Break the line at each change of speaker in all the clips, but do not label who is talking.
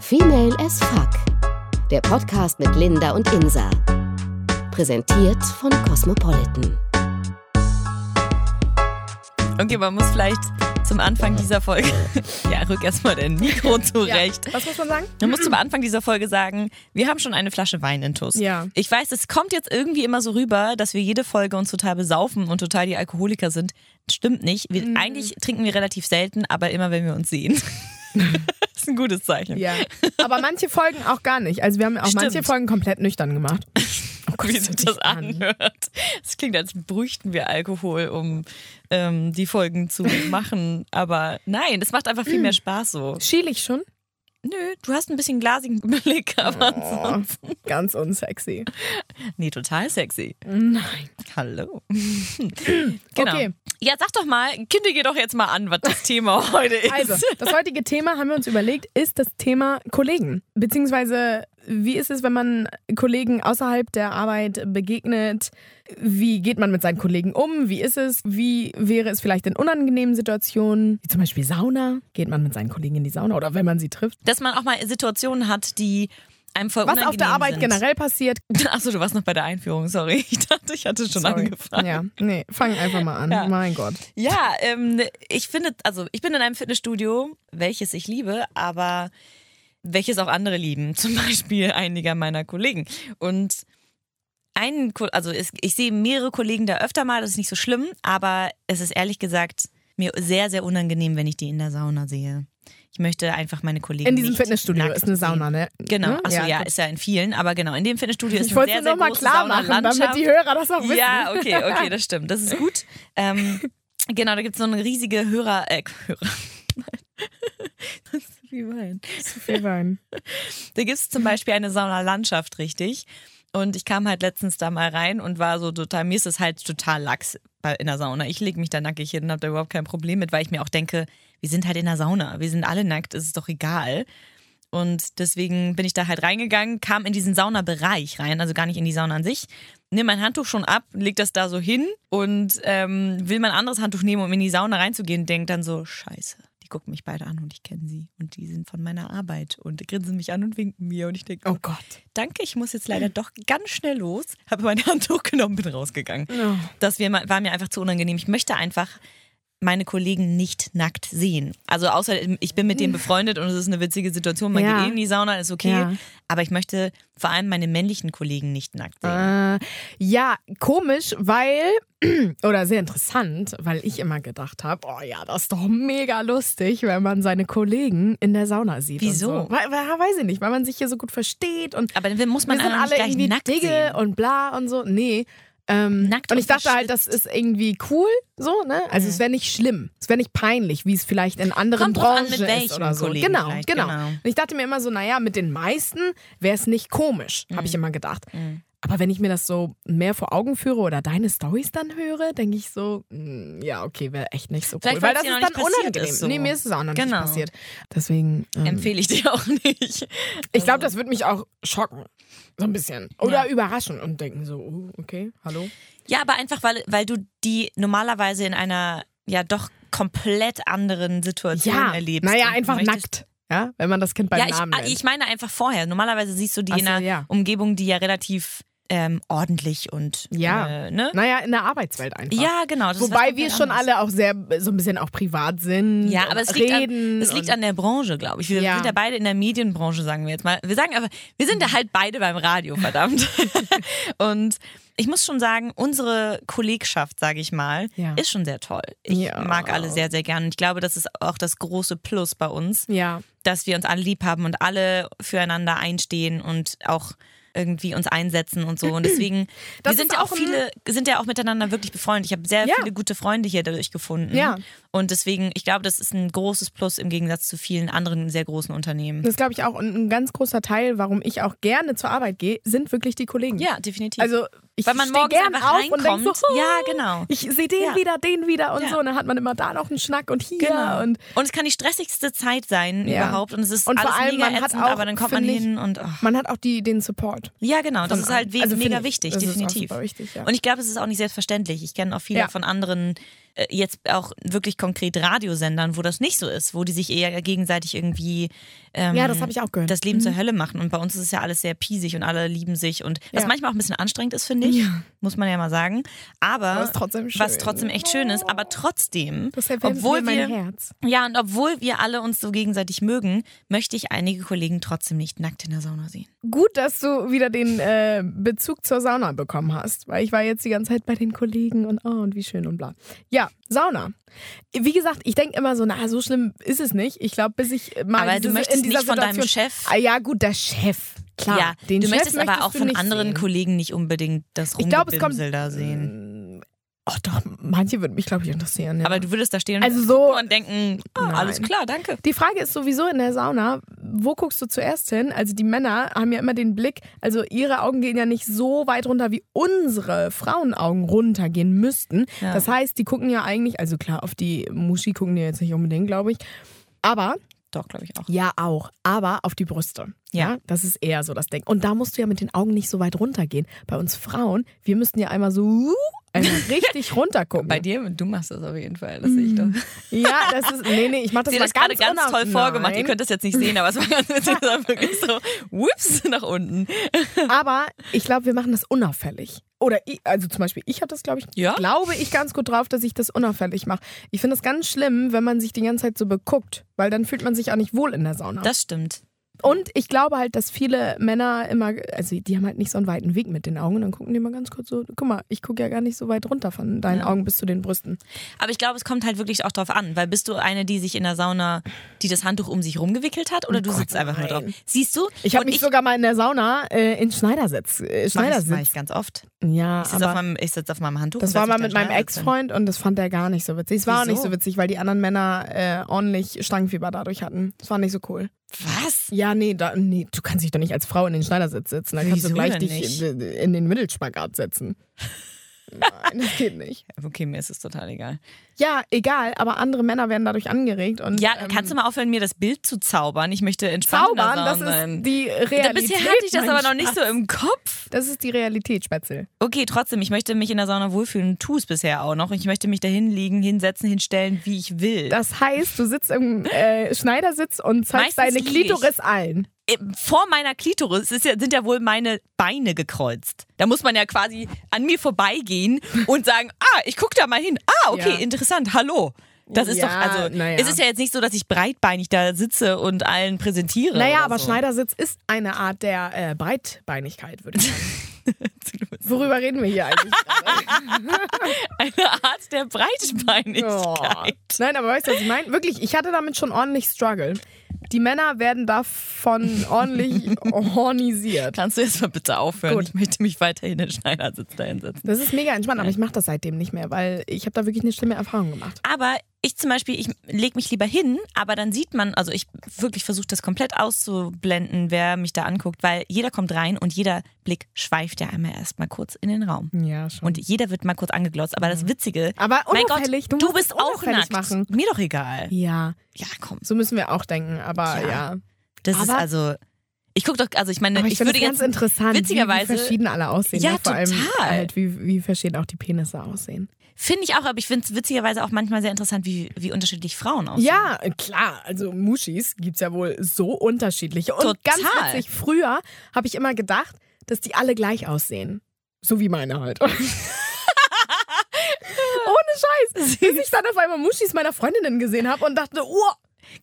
Female as Fuck. Der Podcast mit Linda und Insa. Präsentiert von Cosmopolitan.
Okay, man muss vielleicht zum Anfang dieser Folge. ja, rück erstmal dein Mikro zurecht.
Was muss man sagen?
Man muss zum Anfang dieser Folge sagen, wir haben schon eine Flasche Wein in Tuss.
Ja.
Ich weiß, es kommt jetzt irgendwie immer so rüber, dass wir jede Folge uns total besaufen und total die Alkoholiker sind. Stimmt nicht. Wir,
Mhm.
Eigentlich trinken wir relativ selten, aber immer wenn wir uns sehen. das ist ein gutes Zeichen.
Ja. Aber manche Folgen auch gar nicht. Also wir haben auch
Stimmt.
manche Folgen komplett nüchtern gemacht.
Oh Gott, wie
das
sich
hört
das
sich an.
anhört. Es klingt, als bräuchten wir Alkohol, um ähm, die Folgen zu machen. Aber nein, es macht einfach viel mehr Spaß so.
Schiel ich schon?
Nö, du hast ein bisschen glasigen Blick, aber ansonsten.
Ganz unsexy.
Nee, total sexy.
Nein.
Hallo. genau.
Okay.
Ja, sag doch mal, Kinder, geh doch jetzt mal an, was das Thema heute ist.
Also, das heutige Thema haben wir uns überlegt, ist das Thema Kollegen. Beziehungsweise, wie ist es, wenn man Kollegen außerhalb der Arbeit begegnet? Wie geht man mit seinen Kollegen um? Wie ist es? Wie wäre es vielleicht in unangenehmen Situationen? Wie zum Beispiel Sauna. Geht man mit seinen Kollegen in die Sauna oder wenn man sie trifft?
Dass man auch mal Situationen hat, die einem voll
Was auf der
unangenehm
Arbeit
sind.
generell passiert,
Achso, du warst noch bei der Einführung, sorry. Ich dachte, ich hatte schon
Sorry.
angefangen.
Ja, nee, fang einfach mal an.
Ja.
Mein Gott.
Ja, ähm, ich finde, also ich bin in einem Fitnessstudio, welches ich liebe, aber welches auch andere lieben, zum Beispiel einiger meiner Kollegen. Und einen, Ko- also es, ich sehe mehrere Kollegen da öfter mal, das ist nicht so schlimm, aber es ist ehrlich gesagt mir sehr, sehr unangenehm, wenn ich die in der Sauna sehe. Ich möchte einfach meine Kollegen.
In diesem
nicht
Fitnessstudio
nackt
ist eine
sehen.
Sauna, ne?
Genau,
Ne?
achso, ja,
gut.
ist ja in vielen, aber genau, in dem Fitnessstudio ist
Ich
eine
wollte
sehr,
es
sehr
nur mal
große
klar machen, damit
Saunalandschaft.
die Hörer das auch wissen.
Ja, okay, okay, das stimmt. Das ist gut. Ähm, genau, da gibt es so eine riesige Hörer. Äh, Hörer. das ist zu viel Wein.
Zu viel Wein.
Da gibt es zum Beispiel eine Saunalandschaft, richtig? Und ich kam halt letztens da mal rein und war so total, mir ist es halt total lax bei- in der Sauna. Ich lege mich da nackig hin und habe da überhaupt kein Problem mit, weil ich mir auch denke, wir sind halt in der Sauna, wir sind alle nackt, es ist doch egal. Und deswegen bin ich da halt reingegangen, kam in diesen Saunabereich rein, also gar nicht in die Sauna an sich. Nehme mein Handtuch schon ab, leg das da so hin und ähm, will mein anderes Handtuch nehmen, um in die Sauna reinzugehen, denk dann so, scheiße. Die gucken mich beide an und ich kenne sie. Und die sind von meiner Arbeit und grinsen mich an und winken mir. Und ich denke,
Oh Gott.
danke, ich muss jetzt leider doch ganz schnell los. Habe mein Handtuch genommen, bin rausgegangen. Das wir- war mir einfach zu unangenehm. Ich möchte einfach meine Kollegen nicht nackt sehen. Also außer ich bin mit denen befreundet und es ist eine witzige Situation. Man
Ja.
geht eh in die Sauna, ist okay.
Ja.
Aber ich möchte vor allem meine männlichen Kollegen nicht nackt sehen.
Äh, ja, komisch, weil, oder sehr interessant, weil ich immer gedacht habe, oh ja, das ist doch mega lustig, wenn man seine Kollegen in der Sauna sieht.
Wieso?
Und so. weil, weil, weiß ich nicht, weil man sich hier so gut versteht und
Aber dann muss man
wir sind
alle
alle
nicht
irgendwie
gleich nackt
Digge
sehen.
und bla und so. Nee. Ähm,
Nackt
und
und Mhm.
ich dachte halt, das ist irgendwie cool, so, ne? Also es wäre nicht schlimm. Es wäre nicht peinlich, wie es vielleicht in anderen
Kommt drauf an,
Branchen
mit
ist
welchen
oder so.
Kollegen
Genau,
vielleicht,
genau,
genau.
Und ich dachte mir immer so, naja, mit den meisten wäre es nicht komisch, habe
Mhm.
ich immer gedacht. Aber wenn ich mir das so mehr vor Augen führe oder deine Stories dann höre, denke ich so, mm, ja, okay, wäre echt nicht so cool.
Vielleicht,
Weil
weil's
das
dir
ist
noch
dann
nicht passiert
unangenehm.
ist, so.
Nee, mir ist es auch noch
Genau.
nicht passiert. Deswegen. Ähm,
Empfehle ich dir auch nicht.
ich
also
glaube, das würde mich auch schocken. So ein bisschen. Oder überraschen und denken so, oh, okay, hallo.
Ja, aber einfach, weil, weil du die normalerweise in einer ja doch komplett anderen Situation erlebst.
naja,
und
einfach
möchtest-
nackt. Ja, wenn man das Kind beim
ja,
Namen nennt.
ich, ich meine einfach vorher. Normalerweise siehst du die
Ach
in
so,
einer
ja.
Umgebung, die ja relativ ähm, ordentlich und
Ja.
äh, ne?
naja, in der Arbeitswelt einfach.
Ja, genau. das ist was
Wobei wir
komplett
schon
anderes.
alle auch sehr, so ein bisschen auch privat sind.
Ja,
und
aber es liegt,
reden
an, es liegt
und-
an der Branche, glaube ich. Wir
Ja.
sind ja beide in der Medienbranche, sagen wir jetzt mal. Wir sagen einfach, wir sind ja halt beide beim Radio, verdammt. Und ich muss schon sagen, unsere Kollegschaft, sage ich mal,
Ja.
ist schon sehr toll. Ich
Ja.
mag alle sehr, sehr gern. Und ich glaube, das ist auch das große Plus bei uns,
Ja,
dass wir uns alle lieb haben und alle füreinander einstehen und auch irgendwie uns einsetzen und so. Und deswegen,
Das
wir sind
ist
ja auch
auch ein-
viele, sind ja auch miteinander wirklich befreundet. Ich habe sehr
Ja.
viele gute Freunde hier dadurch gefunden.
Ja.
Und deswegen, ich glaube, das ist ein großes Plus im Gegensatz zu vielen anderen sehr großen Unternehmen.
das glaube ich auch. Und ein ganz großer Teil, warum ich auch gerne zur Arbeit gehe, sind wirklich die Kollegen.
Ja, definitiv.
Also ich
Weil man
steh
morgens
gern
einfach
auf und denk
reinkommt.
so, oh,
Ja, genau.
Ich sehe den
Ja.
wieder, den wieder und
Ja.
so. Und dann hat man immer da noch einen Schnack und hier
Genau.
und
und es kann die stressigste Zeit sein
Ja.
überhaupt und es ist
Und vor
alles
allem,
mega
man hat
ätzend,
auch,
aber dann kommt man
finde ich-
hin und oh.
man hat auch die, den Support.
Ja, genau. Das
Von
ist halt
allen.
we-
Also finde
mega
ich,
wichtig,
das ist auch
definitiv.
super wichtig, ja.
Und ich glaube, es ist auch nicht selbstverständlich. Ich kenne auch viele
Ja.
von anderen äh, jetzt auch wirklich konkret Radiosendern, wo das nicht so ist, wo die sich eher gegenseitig irgendwie ähm,
Ja, das habe ich auch gehört.
das Leben zur Hölle machen. Und bei uns ist es ja alles sehr piesig und alle lieben sich. Und was
Ja.
manchmal auch ein bisschen anstrengend ist, finde ich, muss man ja mal sagen. Aber,
ist trotzdem schön.
was trotzdem echt schön ist, aber trotzdem,
Das erwärmt
obwohl
mir mein
wir,
Herz.
ja, und obwohl wir alle uns so gegenseitig mögen, möchte ich einige Kollegen trotzdem nicht nackt in der Sauna sehen.
Gut, dass du wieder den äh, Bezug zur Sauna bekommen hast, weil ich war jetzt die ganze Zeit bei den Kollegen und oh und wie schön und bla. Ja, Sauna. Wie gesagt, ich denke immer so, na, so schlimm ist es nicht. Ich glaube, bis ich mal
Aber du
diese,
möchtest
in dieser
nicht von deinem
Situation,
Chef-
Ah, ja, gut, der Chef. Klar,
ja,
den
du
Chef
möchtest aber auch
du
von
nicht
anderen
sehen.
Kollegen nicht unbedingt das
Ich glaube, es kommt-
Rumgebimsel da sehen.
Ach doch, manche würden mich glaube ich interessieren. Ja.
Aber du würdest da stehen
Also
und,
so-
und denken, ah,
Nein.
alles klar, danke.
Die Frage ist sowieso in der Sauna, wo guckst du zuerst hin? Also die Männer haben ja immer den Blick, also ihre Augen gehen ja nicht so weit runter, wie unsere Frauenaugen runtergehen müssten.
Ja.
Das heißt, die gucken ja eigentlich, also klar, auf die Muschi gucken die jetzt nicht unbedingt, glaube ich. Aber,
Doch, glaube ich auch.
ja auch, aber auf die Brüste.
Ja.
Das ist eher so das Ding. Und da musst du ja mit den Augen nicht so weit runtergehen. Bei uns Frauen, wir müssten ja einmal so uh, einmal richtig runtergucken.
Bei dir, du machst das auf jeden Fall, das sehe ich doch.
Ja, das ist, nee, nee, ich mach Mhm. das
Sie hat
mal
das gerade
ganz
ganz
unau-
toll vorgemacht.
Nein.
Ihr könnt das jetzt nicht sehen, aber es war ganz witzig. Es war wirklich so, whoops, nach unten.
Aber ich glaube, wir machen das unauffällig. Oder ich, also zum Beispiel, ich habe das, glaube ich,
Ja?
glaube ich ganz gut drauf, dass ich das unauffällig mache. Ich finde das ganz schlimm, wenn man sich die ganze Zeit so beguckt, weil dann fühlt man sich auch nicht wohl in der Sauna.
Das stimmt.
Und ich glaube halt, dass viele Männer immer, also die haben halt nicht so einen weiten Weg mit den Augen und dann gucken die mal ganz kurz so, guck mal, ich gucke ja gar nicht so weit runter von deinen Augen bis zu den Brüsten.
Aber ich glaube, es kommt halt wirklich auch drauf an, weil bist du eine, die sich in der Sauna, die das Handtuch um sich rumgewickelt hat, oder du
Gott,
sitzt einfach nur
nein.
drauf? Siehst du?
Ich habe
Und
mich sogar mal in der Sauna äh, in Schneidersitz. Äh,
mach ich, mach
Schneidersitz.
ich ganz oft.
Ja,
Ich sitze auf,
aber
meinem- ich sitz auf meinem Handtuch.
Das
und
war
setz
mal
mich
mit
dann
meinem
schnell hin.
Ex-Freund und das fand er gar nicht so witzig. Es war auch
Wieso?
nicht so witzig, weil die anderen Männer äh, ordentlich Stangenfieber dadurch hatten. Das war nicht so cool.
Was?
Ja, nee, da, nee, du kannst dich doch nicht als Frau in den Schneidersitz setzen. Dann kannst
Wieso
du gleich
denn
dich
nicht?
in, in den Mittelspagat setzen. Nein, das geht nicht.
Okay, mir ist es total egal.
Ja, egal, aber andere Männer werden dadurch angeregt. Und,
Ja,
ähm,
kannst du mal aufhören, mir das Bild zu zaubern? Ich möchte entspannt in der
zaubern? Das
Sauna sein.
ist die Realität.
Bisher hatte ich das
mein
aber noch nicht
Schatz.
so im Kopf.
Das ist die Realität, Spätzle.
Okay, trotzdem, ich möchte mich in der Sauna wohlfühlen. Tu es bisher auch noch. Ich möchte mich da hinlegen, hinsetzen, hinstellen, wie ich will.
Das heißt, du sitzt im äh, Schneidersitz und
Meistens
zeigst deine
lieg ich.
Klitoris allen.
Äh, Vor meiner Klitoris ist ja, sind ja wohl meine Beine gekreuzt. Da muss man ja quasi an mir vorbeigehen und sagen, ah, ich guck da mal hin. Ah, okay,
Ja.
interessant, hallo. Das ist
Ja,
doch, also,
naja.
es ist ja jetzt nicht so, dass ich breitbeinig da sitze und allen präsentiere.
Naja,
oder
aber
so.
Schneidersitz ist eine Art der äh, Breitbeinigkeit, würde ich sagen. Worüber reden wir hier eigentlich?
Eine Art der Breitbeinigkeit.
Oh. Nein, aber weißt du, was ich meine? Wirklich, ich hatte damit schon ordentlich Struggle. Die Männer werden davon ordentlich hornisiert.
Kannst du jetzt mal bitte aufhören?
Gut.
Ich möchte mich weiterhin in den Schneidersitz da hinsetzen.
Das ist mega entspannt, aber ich mache das seitdem nicht mehr, weil ich habe da wirklich eine schlimme Erfahrung gemacht.
Aber ich zum Beispiel, ich lege mich lieber hin, aber dann sieht man, also ich wirklich versuche das komplett auszublenden, wer mich da anguckt, weil jeder kommt rein und jeder Blick schweift ja einmal erstmal kurz in den Raum.
Ja, schon.
Und jeder wird mal kurz angeglotzt. Aber das Witzige,
Aber
mein Gott,
Mhm. unauffällig, du
du,
musst
bist
es
auch
unauffällig
nackt.
machen.
Mir doch egal.
ja,
Ja, komm.
so müssen wir auch denken, aber ja.
Ja. Das ist
Aber-
also, ich gucke doch, also ich meine,
Aber ich,
ich
finde
würde
es ganz
jetzt,
interessant,
witzigerweise-
wie, wie verschieden alle aussehen.
Ja,
ne? Vor
total.
allem halt, wie, wie verschieden auch die Penisse aussehen.
finde ich auch, aber ich finde es witzigerweise auch manchmal sehr interessant, wie, wie unterschiedlich Frauen aussehen.
Ja, klar. Also Muschis gibt es ja wohl so unterschiedliche. Und
Total.
ganz witzig, früher habe ich immer gedacht, dass die alle gleich aussehen. So wie meine halt. Ohne Scheiß. Bis ich dann auf einmal Muschis meiner Freundinnen gesehen habe und dachte, oh,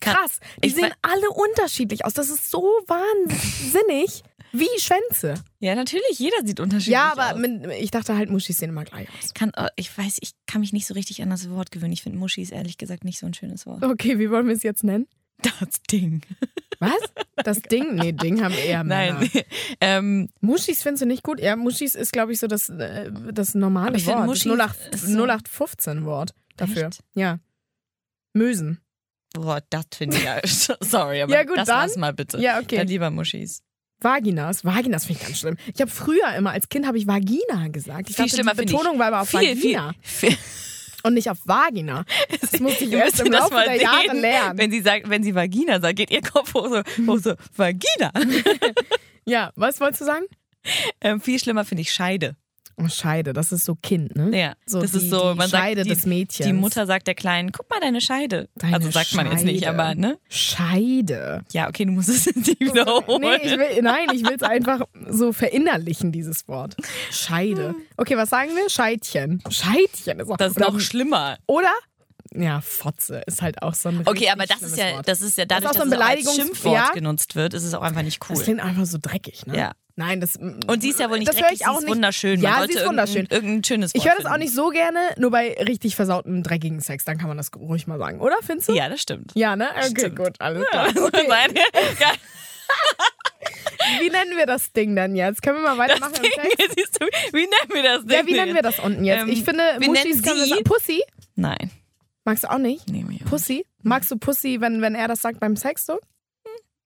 krass. Die
Ich
sehen
ver-
alle unterschiedlich aus. Das ist so wahnsinnig. Wie Schwänze.
ja, natürlich, jeder sieht unterschiedlich
Ja,
aus.
aber mit, ich dachte halt, Muschis sehen immer gleich aus.
kann, oh, ich weiß, ich kann mich nicht so richtig an das Wort gewöhnen. Ich finde Muschi ist ehrlich gesagt nicht so ein schönes Wort.
Okay, wie wollen wir es jetzt nennen?
Das Ding.
Was? Das Ding? Nee, Ding haben eher Männer.
Nein. Ähm,
Muschis findest du nicht gut? Ja, Muschis ist, glaube ich, so das, äh, das normale
Aber ich find
Wort.
Muschis
das
ist so-
08, 0815-Wort dafür.
Echt?
Ja. Mösen.
boah, das finde ich ja. Sorry, aber
Ja, gut,
das
dann-
lass mal bitte.
Ja, okay.
Dann lieber Muschis.
Vaginas. Vaginas finde ich ganz schlimm. Ich habe früher immer, als Kind habe ich Vagina gesagt. Ich
Viel
dachte,
schlimmer
die
finde ich.
Betonung war aber auf
Viel,
Vagina
viel, viel.
und nicht auf Vagina. Das musste ich
Ihr
erst
müsst
im
das
Laufe
mal
der Jahre
sehen.
lernen.
Wenn sie sagt, wenn sie Vagina sagt, geht ihr Kopf hoch so, hoch so Vagina.
Ja, was wolltest du sagen?
ähm, viel schlimmer finde ich Scheide.
Oh, Scheide, das ist so Kind, ne?
Ja,
So
das
die,
ist so,
die
man
Scheide
sagt, die,
des Mädchens.
die Mutter sagt der Kleinen, guck mal deine Scheide.
Deine
also sagt man jetzt nicht,
Scheide.
aber ne?
Scheide.
Ja, okay, du musst es jetzt nicht wiederholen.
Nee, ich will, nein, ich will es einfach so verinnerlichen, dieses Wort. Scheide. Okay, was sagen wir? Scheidchen. Scheidchen ist auch
Hm. das ist
oder-
noch schlimmer.
Oder? Ja, Fotze ist halt auch so ein
Okay,
richtig
aber das ist
schlimmes
ja,
Wort.
das ist ja dadurch,
auch so
dass
ein
es auch als
Beleidigungs-
Schimpfwort
ja.
genutzt wird, ist es auch einfach nicht
Das
cool.
klingt einfach so dreckig, ne?
Ja.
Nein, das.
Und sie ist ja wohl nicht
das höre
dreckig,
ich auch
sie ist
nicht.
wunderschön.
Ja,
Man sollte
sie ist
irgendein-
wunderschön.
Irgendein schönes Wort
Ich höre das auch
finden.
nicht so gerne, nur bei richtig versautem, dreckigen Sex, dann kann man das ruhig mal sagen. Oder findest du?
Ja, das stimmt.
Ja, ne? Okay, gut, alles klar.
Okay.
Okay.
Nein. Ja,
Wie nennen wir das Ding dann jetzt? Können wir mal weitermachen
das
im
Ding,
Text?
siehst du, wie nennen wir das Ding?
Ja, wie nennen wir
denn?
das unten jetzt?
Ähm,
ich finde,
wir
Muschis
nennen
können wir
sie-
sagen. Pussy?
Nein.
Magst du auch nicht?
Nee, mir auch.
Pussy? Magst du Pussy, wenn, wenn er das sagt beim Sex so?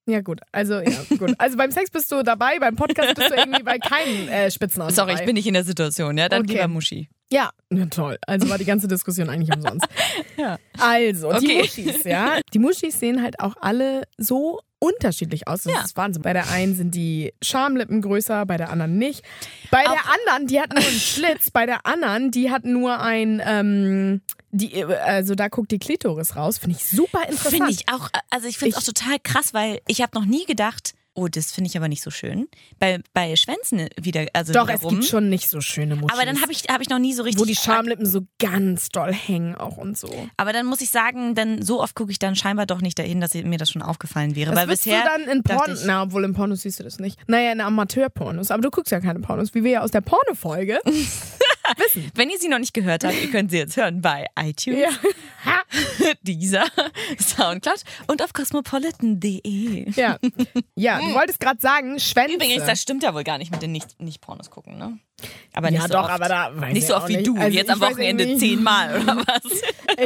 Ja, gut. Also, ja, gut. Also beim Sex bist du dabei, beim Podcast bist du irgendwie bei keinem äh, Spitznamen.
Sorry,
dabei.
ich bin nicht in der Situation, ja? Dann
Okay.
lieber Muschi.
Ja, na toll. Also war die ganze Diskussion eigentlich umsonst.
Ja.
Also, die
Okay.
Muschis, ja. Die Muschis sehen halt auch alle so unterschiedlich aus. Das
Ja.
ist Wahnsinn. Bei der einen sind die Schamlippen größer, bei der anderen nicht. Bei der
Auch-
anderen, die hat nur einen Schlitz, bei der anderen, die hat nur ein, ähm, die, also da guckt die Klitoris raus. Finde ich super interessant.
Finde ich auch, also ich finde es
Ich-
auch total krass, weil ich habe noch nie gedacht, oh, das finde ich aber nicht so schön. Bei, bei Schwänzen wieder, also
Doch, es
wiederum,
gibt schon nicht so schöne Muschis.
Aber dann habe ich, hab ich noch nie so richtig. äh,
Wo die Schamlippen so ganz doll hängen auch und so.
Aber dann muss ich sagen, denn so oft gucke ich dann scheinbar doch nicht dahin, dass mir das schon aufgefallen wäre.
Das
weil
bist
bisher
du dann in
dachte
Porn.
ich-
Na, obwohl in Pornos siehst du das nicht. Naja, in Amateurpornos. Aber du guckst ja keine Pornos, wie wir ja aus der Porno-Folge wissen.
Wenn ihr sie noch nicht gehört habt, ihr könnt sie jetzt hören bei iTunes,
Ja.
dieser Soundcloud und auf cosmopolitan.de.
ja. Ja, du wolltest gerade sagen, Schwänze.
Übrigens, das stimmt ja wohl gar nicht mit den nicht, nicht Pornos gucken, ne? Aber
ja,
nicht so
doch,
oft.
aber da weiß
nicht
ich
so
auch
oft wie
nicht.
du,
Also,
jetzt
ich
am
weiß
Wochenende
irgendwie-
zehnmal oder was?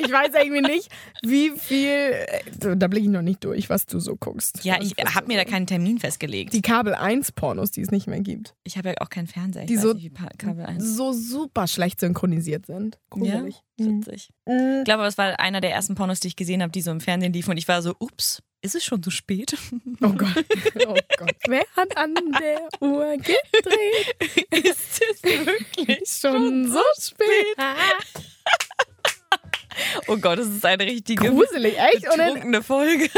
Ich weiß irgendwie nicht, wie viel. äh, Da blicke ich noch nicht durch, was du so guckst.
Ja,
Das
ich
ist
habe mir da keinen Termin festgelegt.
Die Kabel 1 Pornos, die es nicht mehr gibt,
Ich habe ja auch keinen Fernseher. Ich
Die
weiß
so-
nicht, wie Pa- Kabel 1.
so super schlecht synchronisiert sind.
Also Ja,
Gruselig. Hm. Mhm.
witzig. Ich glaube, das war einer der ersten Pornos, die ich gesehen habe, die so im Fernsehen liefen. Und ich war so, ups, ist es schon zu spät?
Oh Gott. Oh Gott. Wer hat an der Uhr gedreht?
ist es wirklich?
schon so spät. Ah,
Oh Gott, es ist eine richtige
Gruselig, echt? Und dann,
betrunkene Folge.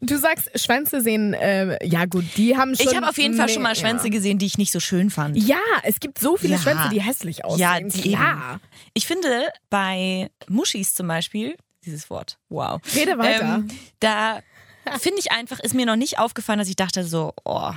du sagst, Schwänze sehen, äh, ja gut, die haben schon.
Ich habe auf jeden Fall schon mal
mehr-
Schwänze gesehen, die ich nicht so schön fand.
Ja, es gibt so viele
Ja.
Schwänze, die hässlich aussehen.
Ja, die
Klar.
Ich finde, bei Muschis zum Beispiel, dieses Wort, wow.
Rede weiter.
Ähm, da finde ich einfach, ist mir noch nicht aufgefallen, dass ich dachte so, oh,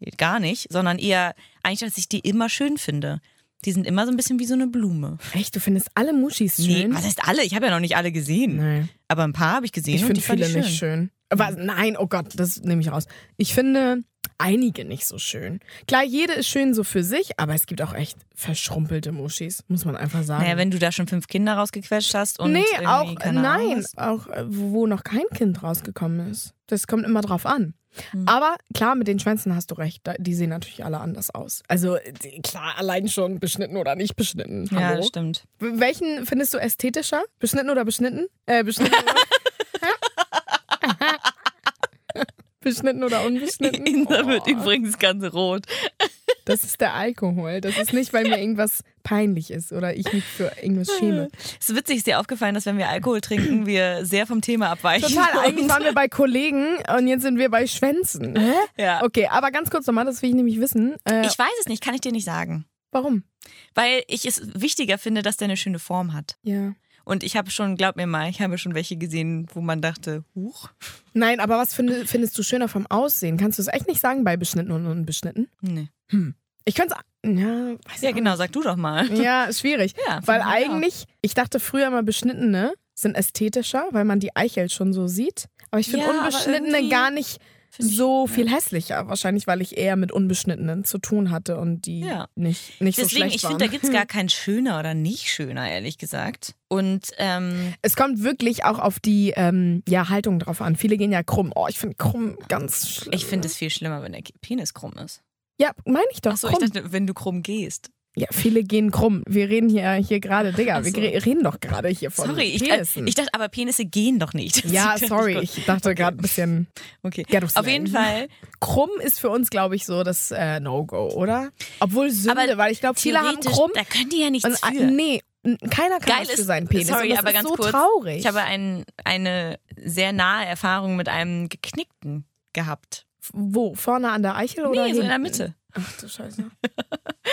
geht gar nicht, sondern eher eigentlich, dass ich die immer schön finde. Die sind immer so ein bisschen wie so eine Blume.
Echt, du findest alle Muschis
Nee,
schön?
was heißt alle? Ich habe ja noch nicht alle gesehen.
Nein.
Aber ein paar habe ich gesehen
Ich
und
finde
die fand
viele
ich schön.
nicht schön. Was? Nein, oh Gott, das nehme ich raus. Ich finde einige nicht so schön. Klar, jede ist schön so für sich, aber es gibt auch echt verschrumpelte Muschis, muss man einfach sagen.
Naja, wenn du da schon fünf Kinder rausgequetscht hast und
nee,
irgendwie,
auch
keine Ahnung,
nein,
was-
auch äh, wo noch kein Kind rausgekommen ist. Das kommt immer drauf an.
Hm.
Aber klar, mit den Schwänzen hast du recht. Da- Die sehen natürlich alle anders aus. Also äh, die- klar, allein schon beschnitten oder nicht beschnitten.
Ja,
Hallo.
das stimmt.
W- Welchen findest du ästhetischer? Beschnitten oder beschnitten? Äh, beschnitten. oder- beschnitten oder unbeschnitten?
Insa wird
Oh,
übrigens ganz rot.
das ist der Alkohol. Das ist nicht, weil mir irgendwas peinlich ist oder ich mich für irgendwas schäme.
Es ist witzig, ist dir aufgefallen, dass wenn wir Alkohol trinken, wir sehr vom Thema abweichen.
Total, eigentlich
Und-
waren wir bei Kollegen und jetzt sind wir bei Schwänzen. Hä?
Ja.
Okay, aber ganz kurz nochmal, das will ich nämlich wissen. Äh,
Ich weiß es nicht, kann ich dir nicht sagen.
warum?
Weil ich es wichtiger finde, dass der eine schöne Form hat.
Ja.
Und ich habe schon, glaub mir mal, ich habe schon welche gesehen, wo man dachte, huch.
Nein, aber was finde, findest du schöner vom Aussehen? Kannst du es echt nicht sagen bei beschnitten und unbeschnitten?
Nee.
Ich könnte es. Ja, weiß
Ja,
ich auch
genau, sag du doch mal.
nicht. Ja, ist schwierig.
Ja, finde
weil
ich auch.
eigentlich, ich dachte früher mal beschnittene sind ästhetischer, weil man die Eichel schon so sieht. Aber ich finde
Ja, aber
unbeschnittene
irgendwie
gar nicht
Find ich-
so viel hässlicher. Wahrscheinlich, weil ich eher mit unbeschnittenen zu tun hatte und die
Ja.
nicht, nicht so
Deswegen,
schlecht
ich
waren.
finde, da gibt es gar kein schöner oder nicht schöner, ehrlich gesagt. Und ähm,
Es kommt wirklich auch auf die ähm, ja, Haltung drauf an. Viele gehen ja krumm. Oh, ich finde krumm ganz schlimm.
ich finde es viel schlimmer, wenn der Penis krumm ist.
Ja, meine ich doch.
Achso, ich
krumm.
dachte, wenn du krumm gehst.
Ja, viele gehen krumm. Wir reden hier, hier gerade, Digga,
Ach so.
wir gre- reden doch gerade hier von
Sorry, ich, äh,
Penissen.
ich dachte, aber Penisse gehen doch nicht. Das
ja,
ist
sorry,
nicht
ich dachte gerade ein bisschen
gut. Okay.
Ghetto
Auf jeden Fall,
Krumm ist für uns, glaube ich, so das äh, No-Go, oder? Obwohl Sünde,
Aber
weil ich glaube, viele haben
theoretisch,
krumm.
Da können die ja nichts
Und,
für.
äh, nee, n- keiner kann
Geil
was für
ist-
seinen Penis.
sorry,
und das
aber
ist
ganz
so
kurz,
traurig.
Ich habe ein, eine sehr nahe Erfahrung mit einem geknickten gehabt.
Wo? Vorne an der Eichel oder
Nee, so in der
hinten?
Mitte.
Ach du Scheiße.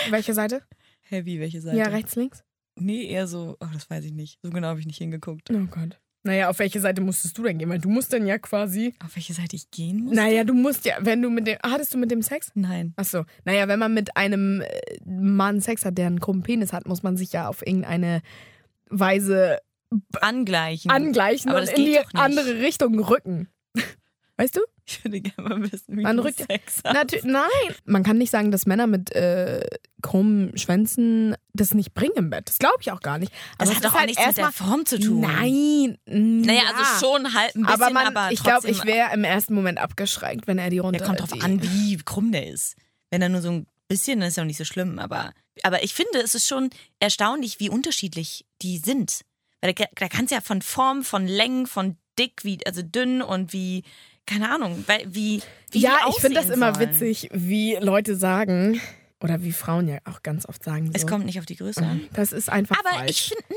Welche Seite?
Hä, wie, welche Seite?
Ja, rechts, links?
Nee, eher so, oh, das weiß ich nicht. So genau habe ich nicht hingeguckt.
Oh Gott. Naja, auf welche Seite musstest du denn gehen? Weil du musst dann ja quasi.
Auf welche Seite ich gehen muss?
Naja, du musst ja, wenn du mit dem. ah, Hattest du mit dem Sex?
Nein.
Ach so. Naja, wenn man mit einem äh, Mann Sex hat, der einen krummen Penis hat, muss man sich ja auf irgendeine Weise
Angleichen.
angleichen
Aber
und
das
in
geht
die
doch nicht.
andere Richtung rücken. Weißt du?
Ich würde gerne mal wissen, wie
Man
du
rückt-
Sex hast.
Natürlich. Nein. Man kann nicht sagen, dass Männer mit äh, krummen Schwänzen das nicht bringen im Bett. Das glaube ich auch gar nicht. Aber
Das
es
hat
ist
doch auch
halt
nichts mit der
erstmal-
Form zu tun.
Nein.
Naja,
ja.
also schon halt ein bisschen,
aber,
aber,
man, ich glaube,
trotzdem-
ich wäre im ersten Moment abgeschreckt, wenn er die runter.
Ja, kommt drauf
die,
an, wie krumm der ist. Wenn er nur so ein bisschen, dann ist ja auch nicht so schlimm. Aber, aber ich finde, es ist schon erstaunlich, wie unterschiedlich die sind. Weil da, da kannst du ja von Form, von Längen, von dick, wie, also dünn und wie, keine Ahnung, weil- wie, wie
ja,
die
ich finde das
aussehen
immer
sollen.
witzig, wie Leute sagen oder wie Frauen ja auch ganz oft sagen. So,
Es kommt nicht auf die Größe an.
Das ist einfach
Aber
falsch.
ich finde, na,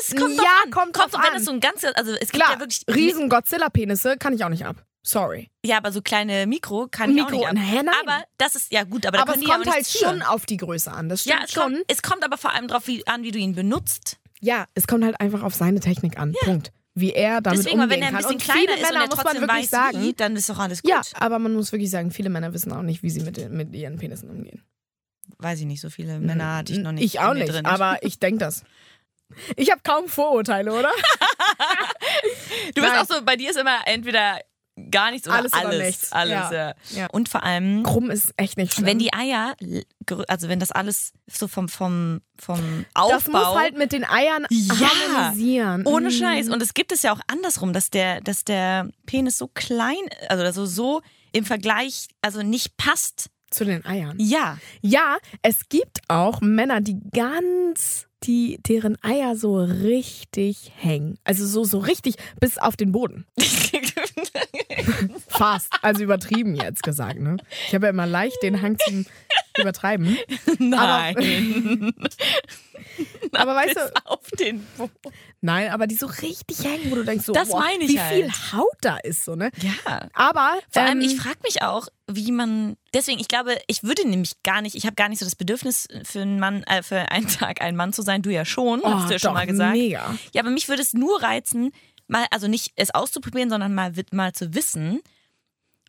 es kommt
Ja,
drauf an.
kommt drauf
wenn
an.
es so ein ganz, also es gibt
Klar,
ja wirklich,
riesen Godzilla-Penisse kann ich auch nicht ab. Sorry.
ja, aber so kleine Mikro kann
Mikro-
ich auch nicht. ab.
Naja, nein.
Aber das ist, ja gut, aber, da
Aber es
können die
kommt
ja auch
halt
nichts
schon
für.
auf die Größe an. Das stimmt
Ja, es
schon.
kommt, es kommt aber vor allem drauf wie, an, wie du ihn benutzt.
Ja, es kommt halt einfach auf seine Technik an. Punkt. Wie er damit
Deswegen, weil wenn
umgehen
er ein
kann.
bisschen
und viele
kleiner ist und
Männer
er
muss man
trotzdem
wirklich
weiß,
sagen.
wie, dann ist doch alles gut.
Ja, aber man muss wirklich sagen, viele Männer wissen auch nicht, wie sie mit, den- mit ihren Penissen umgehen.
Weiß ich nicht, so viele Männer hatte ich noch nicht.
Hm, Ich auch
in mir
nicht,
drin.
aber ich denke das. Ich habe kaum Vorurteile, oder?
du bist
Nein.
auch so, bei dir ist immer entweder gar nichts oder
Alles
alles.
oder
Alles,
nichts.
alles ja.
Ja.
Und vor allem,
Krumm ist echt nicht schlimm.
wenn die Eier, gr- also wenn das alles so vom, vom, vom
das
Aufbau.
muss halt mit den Eiern
Ja.
harmonisieren.
Ohne
Mm.
Scheiß. Und es gibt es ja auch andersrum, dass der, dass der Penis so klein, also so, so im Vergleich, also nicht passt.
Zu den Eiern.
Ja.
Ja, es gibt auch Männer, die ganz, die deren Eier so richtig hängen. Also so, so richtig bis auf den Boden. Fast. Also übertrieben jetzt gesagt, ne? Ich habe ja immer leicht den Hang zum Übertreiben.
Nein.
Aber weißt du,
Auf den Boden.
nein, aber die so richtig hängen, wo du denkst, so,
Das
boah,
meine ich
wie
halt.
viel Haut da ist, so, ne?
Ja.
Aber
Vor allem,
ähm,
ich frage mich auch, wie man. Deswegen, ich glaube, ich würde nämlich gar nicht, ich habe gar nicht so das Bedürfnis, für einen Mann, äh, für einen Tag ein Mann zu sein. Du ja schon,
oh,
hast du ja schon
doch,
mal gesagt.
Mega.
Ja, aber mich würde es nur reizen, mal, also nicht es auszuprobieren, sondern mal, wi- mal zu wissen,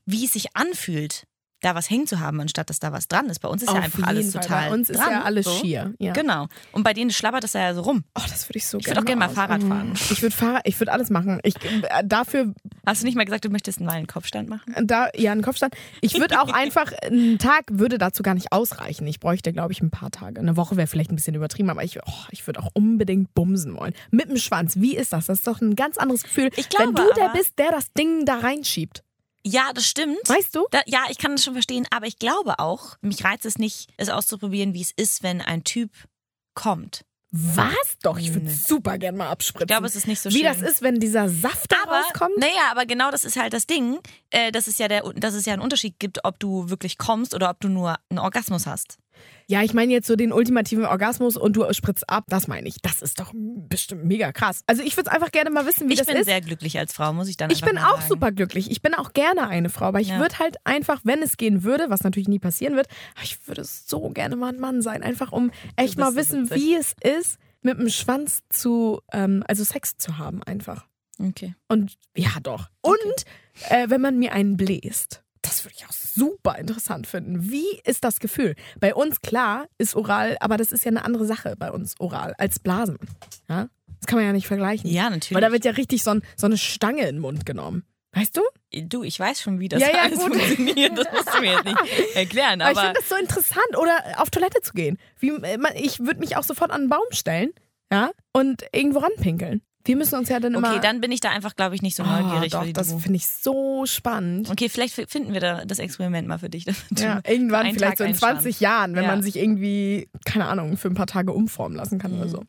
wie es sich anfühlt, da was hängen zu haben, anstatt dass da was dran ist. Bei uns ist ja
Auf
einfach alles
jeden Fall.
total.
Bei uns ist
dran,
ja alles
so.
schier. Ja.
Genau. Und bei denen schlabbert das ja so rum.
Oh, das würde ich so Mhm.
Ich würde auch gerne mal Fahrrad fahren.
Ich würde Fahrrad, ich würde alles machen. Ich äh, dafür
Hast du nicht mal gesagt, du möchtest mal einen Kopfstand machen?
da ja einen Kopfstand. Ich würde auch einfach ein Tag würde dazu gar nicht ausreichen. Ich bräuchte glaube ich ein paar Tage. Eine Woche wäre vielleicht ein bisschen übertrieben, aber ich oh, ich würde auch unbedingt bumsen wollen mit dem Schwanz. Wie ist das? Das ist doch ein ganz anderes Gefühl,
Ich glaube
wenn du der
aber-
bist, der das Ding da reinschiebt.
Ja, das stimmt.
Weißt du?
Da, ja, ich kann das schon verstehen, aber ich glaube auch, mich reizt es nicht, es auszuprobieren, wie es ist, wenn ein Typ kommt.
Was? Doch, ich würde
Nee.
super gern mal abspritzen.
Ich glaube, es ist nicht so
Wie
schön.
das ist, wenn dieser Saft da
aber,
rauskommt?
Naja, aber genau das ist halt das Ding, äh, dass, es ja der, dass es ja einen Unterschied gibt, ob du wirklich kommst oder ob du nur einen Orgasmus hast.
Ja, ich meine jetzt so den ultimativen Orgasmus und du spritzt ab, das meine ich. Das ist doch bestimmt mega krass. Also ich würde es einfach gerne mal wissen, wie
ich
das
bin
ist.
sehr glücklich als Frau, muss ich dann
Ich
einfach
bin
mal
auch
sagen.
super glücklich. Ich bin auch gerne eine Frau, aber ich
Ja.
würde halt einfach, wenn es gehen würde, was natürlich nie passieren wird, aber ich würde so gerne mal ein Mann sein, einfach um echt
bist
mal
so
wissen,
witzig.
wie es ist, mit dem Schwanz zu, ähm, also Sex zu haben einfach.
Okay.
Und ja, doch. Und äh, wenn man mir einen bläst. Das würde ich auch super interessant finden. Wie ist das Gefühl? Bei uns, klar, ist oral, aber das ist ja eine andere Sache bei uns oral als Blasen. Ja? Das kann man ja nicht vergleichen.
Ja, natürlich.
Weil da wird ja richtig so, ein, so eine Stange in den Mund genommen. Weißt du?
du, ich weiß schon, wie das
Ja, ja,
alles
gut.
funktioniert. Das musst du mir jetzt nicht erklären.
Aber ich
Aber
finde das so interessant. Oder auf Toilette zu gehen. Wie, äh, man- ich würde mich auch sofort an einen Baum stellen ja? und irgendwo ranpinkeln. Wir müssen uns ja dann immer.
Okay, dann bin ich da einfach, glaube ich, nicht so
Oh,
neugierig.
doch,
wie
das
du.
finde ich so spannend.
Okay, vielleicht f- finden wir da das Experiment mal für dich.
Ja, irgendwann,
einen
vielleicht
Tag
so in
einspannen.
20 Jahren, wenn
Ja.
man sich irgendwie, keine Ahnung, für ein paar Tage umformen lassen kann oder so.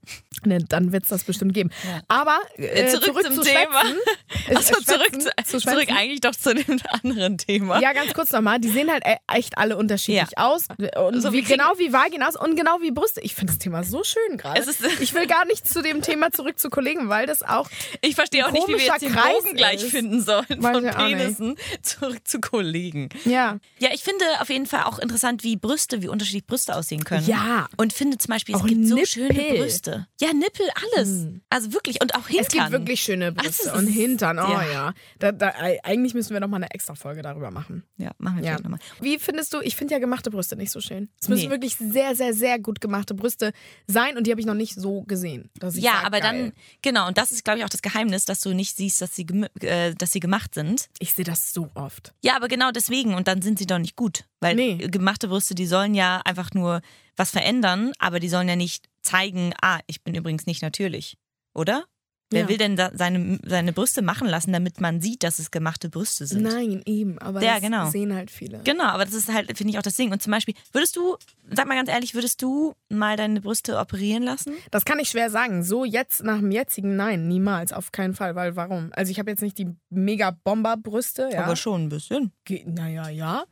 Ne, dann wird es das bestimmt geben.
Mhm. Ja.
Aber äh,
zurück zum
zu
Thema.
Schwätzen. Äh,
Achso, zurück,
Schwätzen,
zu,
zu Schwätzen.
zurück eigentlich doch zu dem anderen Thema.
Ja, ganz kurz nochmal. Die sehen halt e- echt alle unterschiedlich aus. Und
So, wir
wie,
kriegen-
genau wie Vaginas und genau wie Brüste. Ich finde das Thema so schön gerade.
Es ist-
Ich will gar nicht zu dem Thema zurück zu Kollegen, weil das auch.
Ich verstehe auch
Ein
nicht, wie wir jetzt
komischer
den
Kreis
Bogen gleich
ist.
finden sollen
Weiß
von
ich auch nicht.
Penissen zurück zu Kollegen.
Ja.
Ja, ich finde auf jeden Fall auch interessant, wie Brüste, wie unterschiedlich Brüste aussehen können.
Ja.
Und finde zum Beispiel, es
Auch
gibt so
Nippel. Hm.
schöne Brüste. Ja, Nippel, alles. Also wirklich. Und auch Hintern.
Es gibt wirklich schöne
Also,
Brüste
es
und
ist-
Hintern. Oh
ja.
ja. Da, da, äh, eigentlich müssen wir nochmal eine extra Folge darüber machen.
Ja, machen wir
Ja.
vielleicht nochmal.
Wie findest du, ich finde ja gemachte Brüste nicht so schön. Es müssen
Nee.
wirklich sehr, sehr, sehr gut gemachte Brüste sein und die habe ich noch nicht so gesehen. Dass ich
Ja,
sag,
aber dann,
geil.
genau, und das ist, glaube ich, auch das Geheimnis, dass du nicht siehst, dass sie, gem- äh, dass sie gemacht sind.
Ich sehe das so oft.
Ja, aber genau deswegen, und dann sind sie doch nicht gut. Weil
Nee.
gemachte Brüste, die sollen ja einfach nur was verändern, aber die sollen ja nicht zeigen, ah, ich bin übrigens nicht natürlich. Oder? Wer
Ja.
will denn da seine, seine Brüste machen lassen, damit man sieht, dass es gemachte Brüste sind?
Nein, eben. Aber
Ja,
das
genau.
sehen halt viele.
Genau, aber das ist halt, finde ich, auch das Ding. Und zum Beispiel, würdest du, sag mal ganz ehrlich, würdest du mal deine Brüste operieren lassen?
Das kann ich schwer sagen. So jetzt nach dem jetzigen Nein, niemals, auf keinen Fall. Weil warum? Also ich habe jetzt nicht die mega Bomberbrüste. Ja.
Aber schon ein bisschen.
Ge- Naja, ja.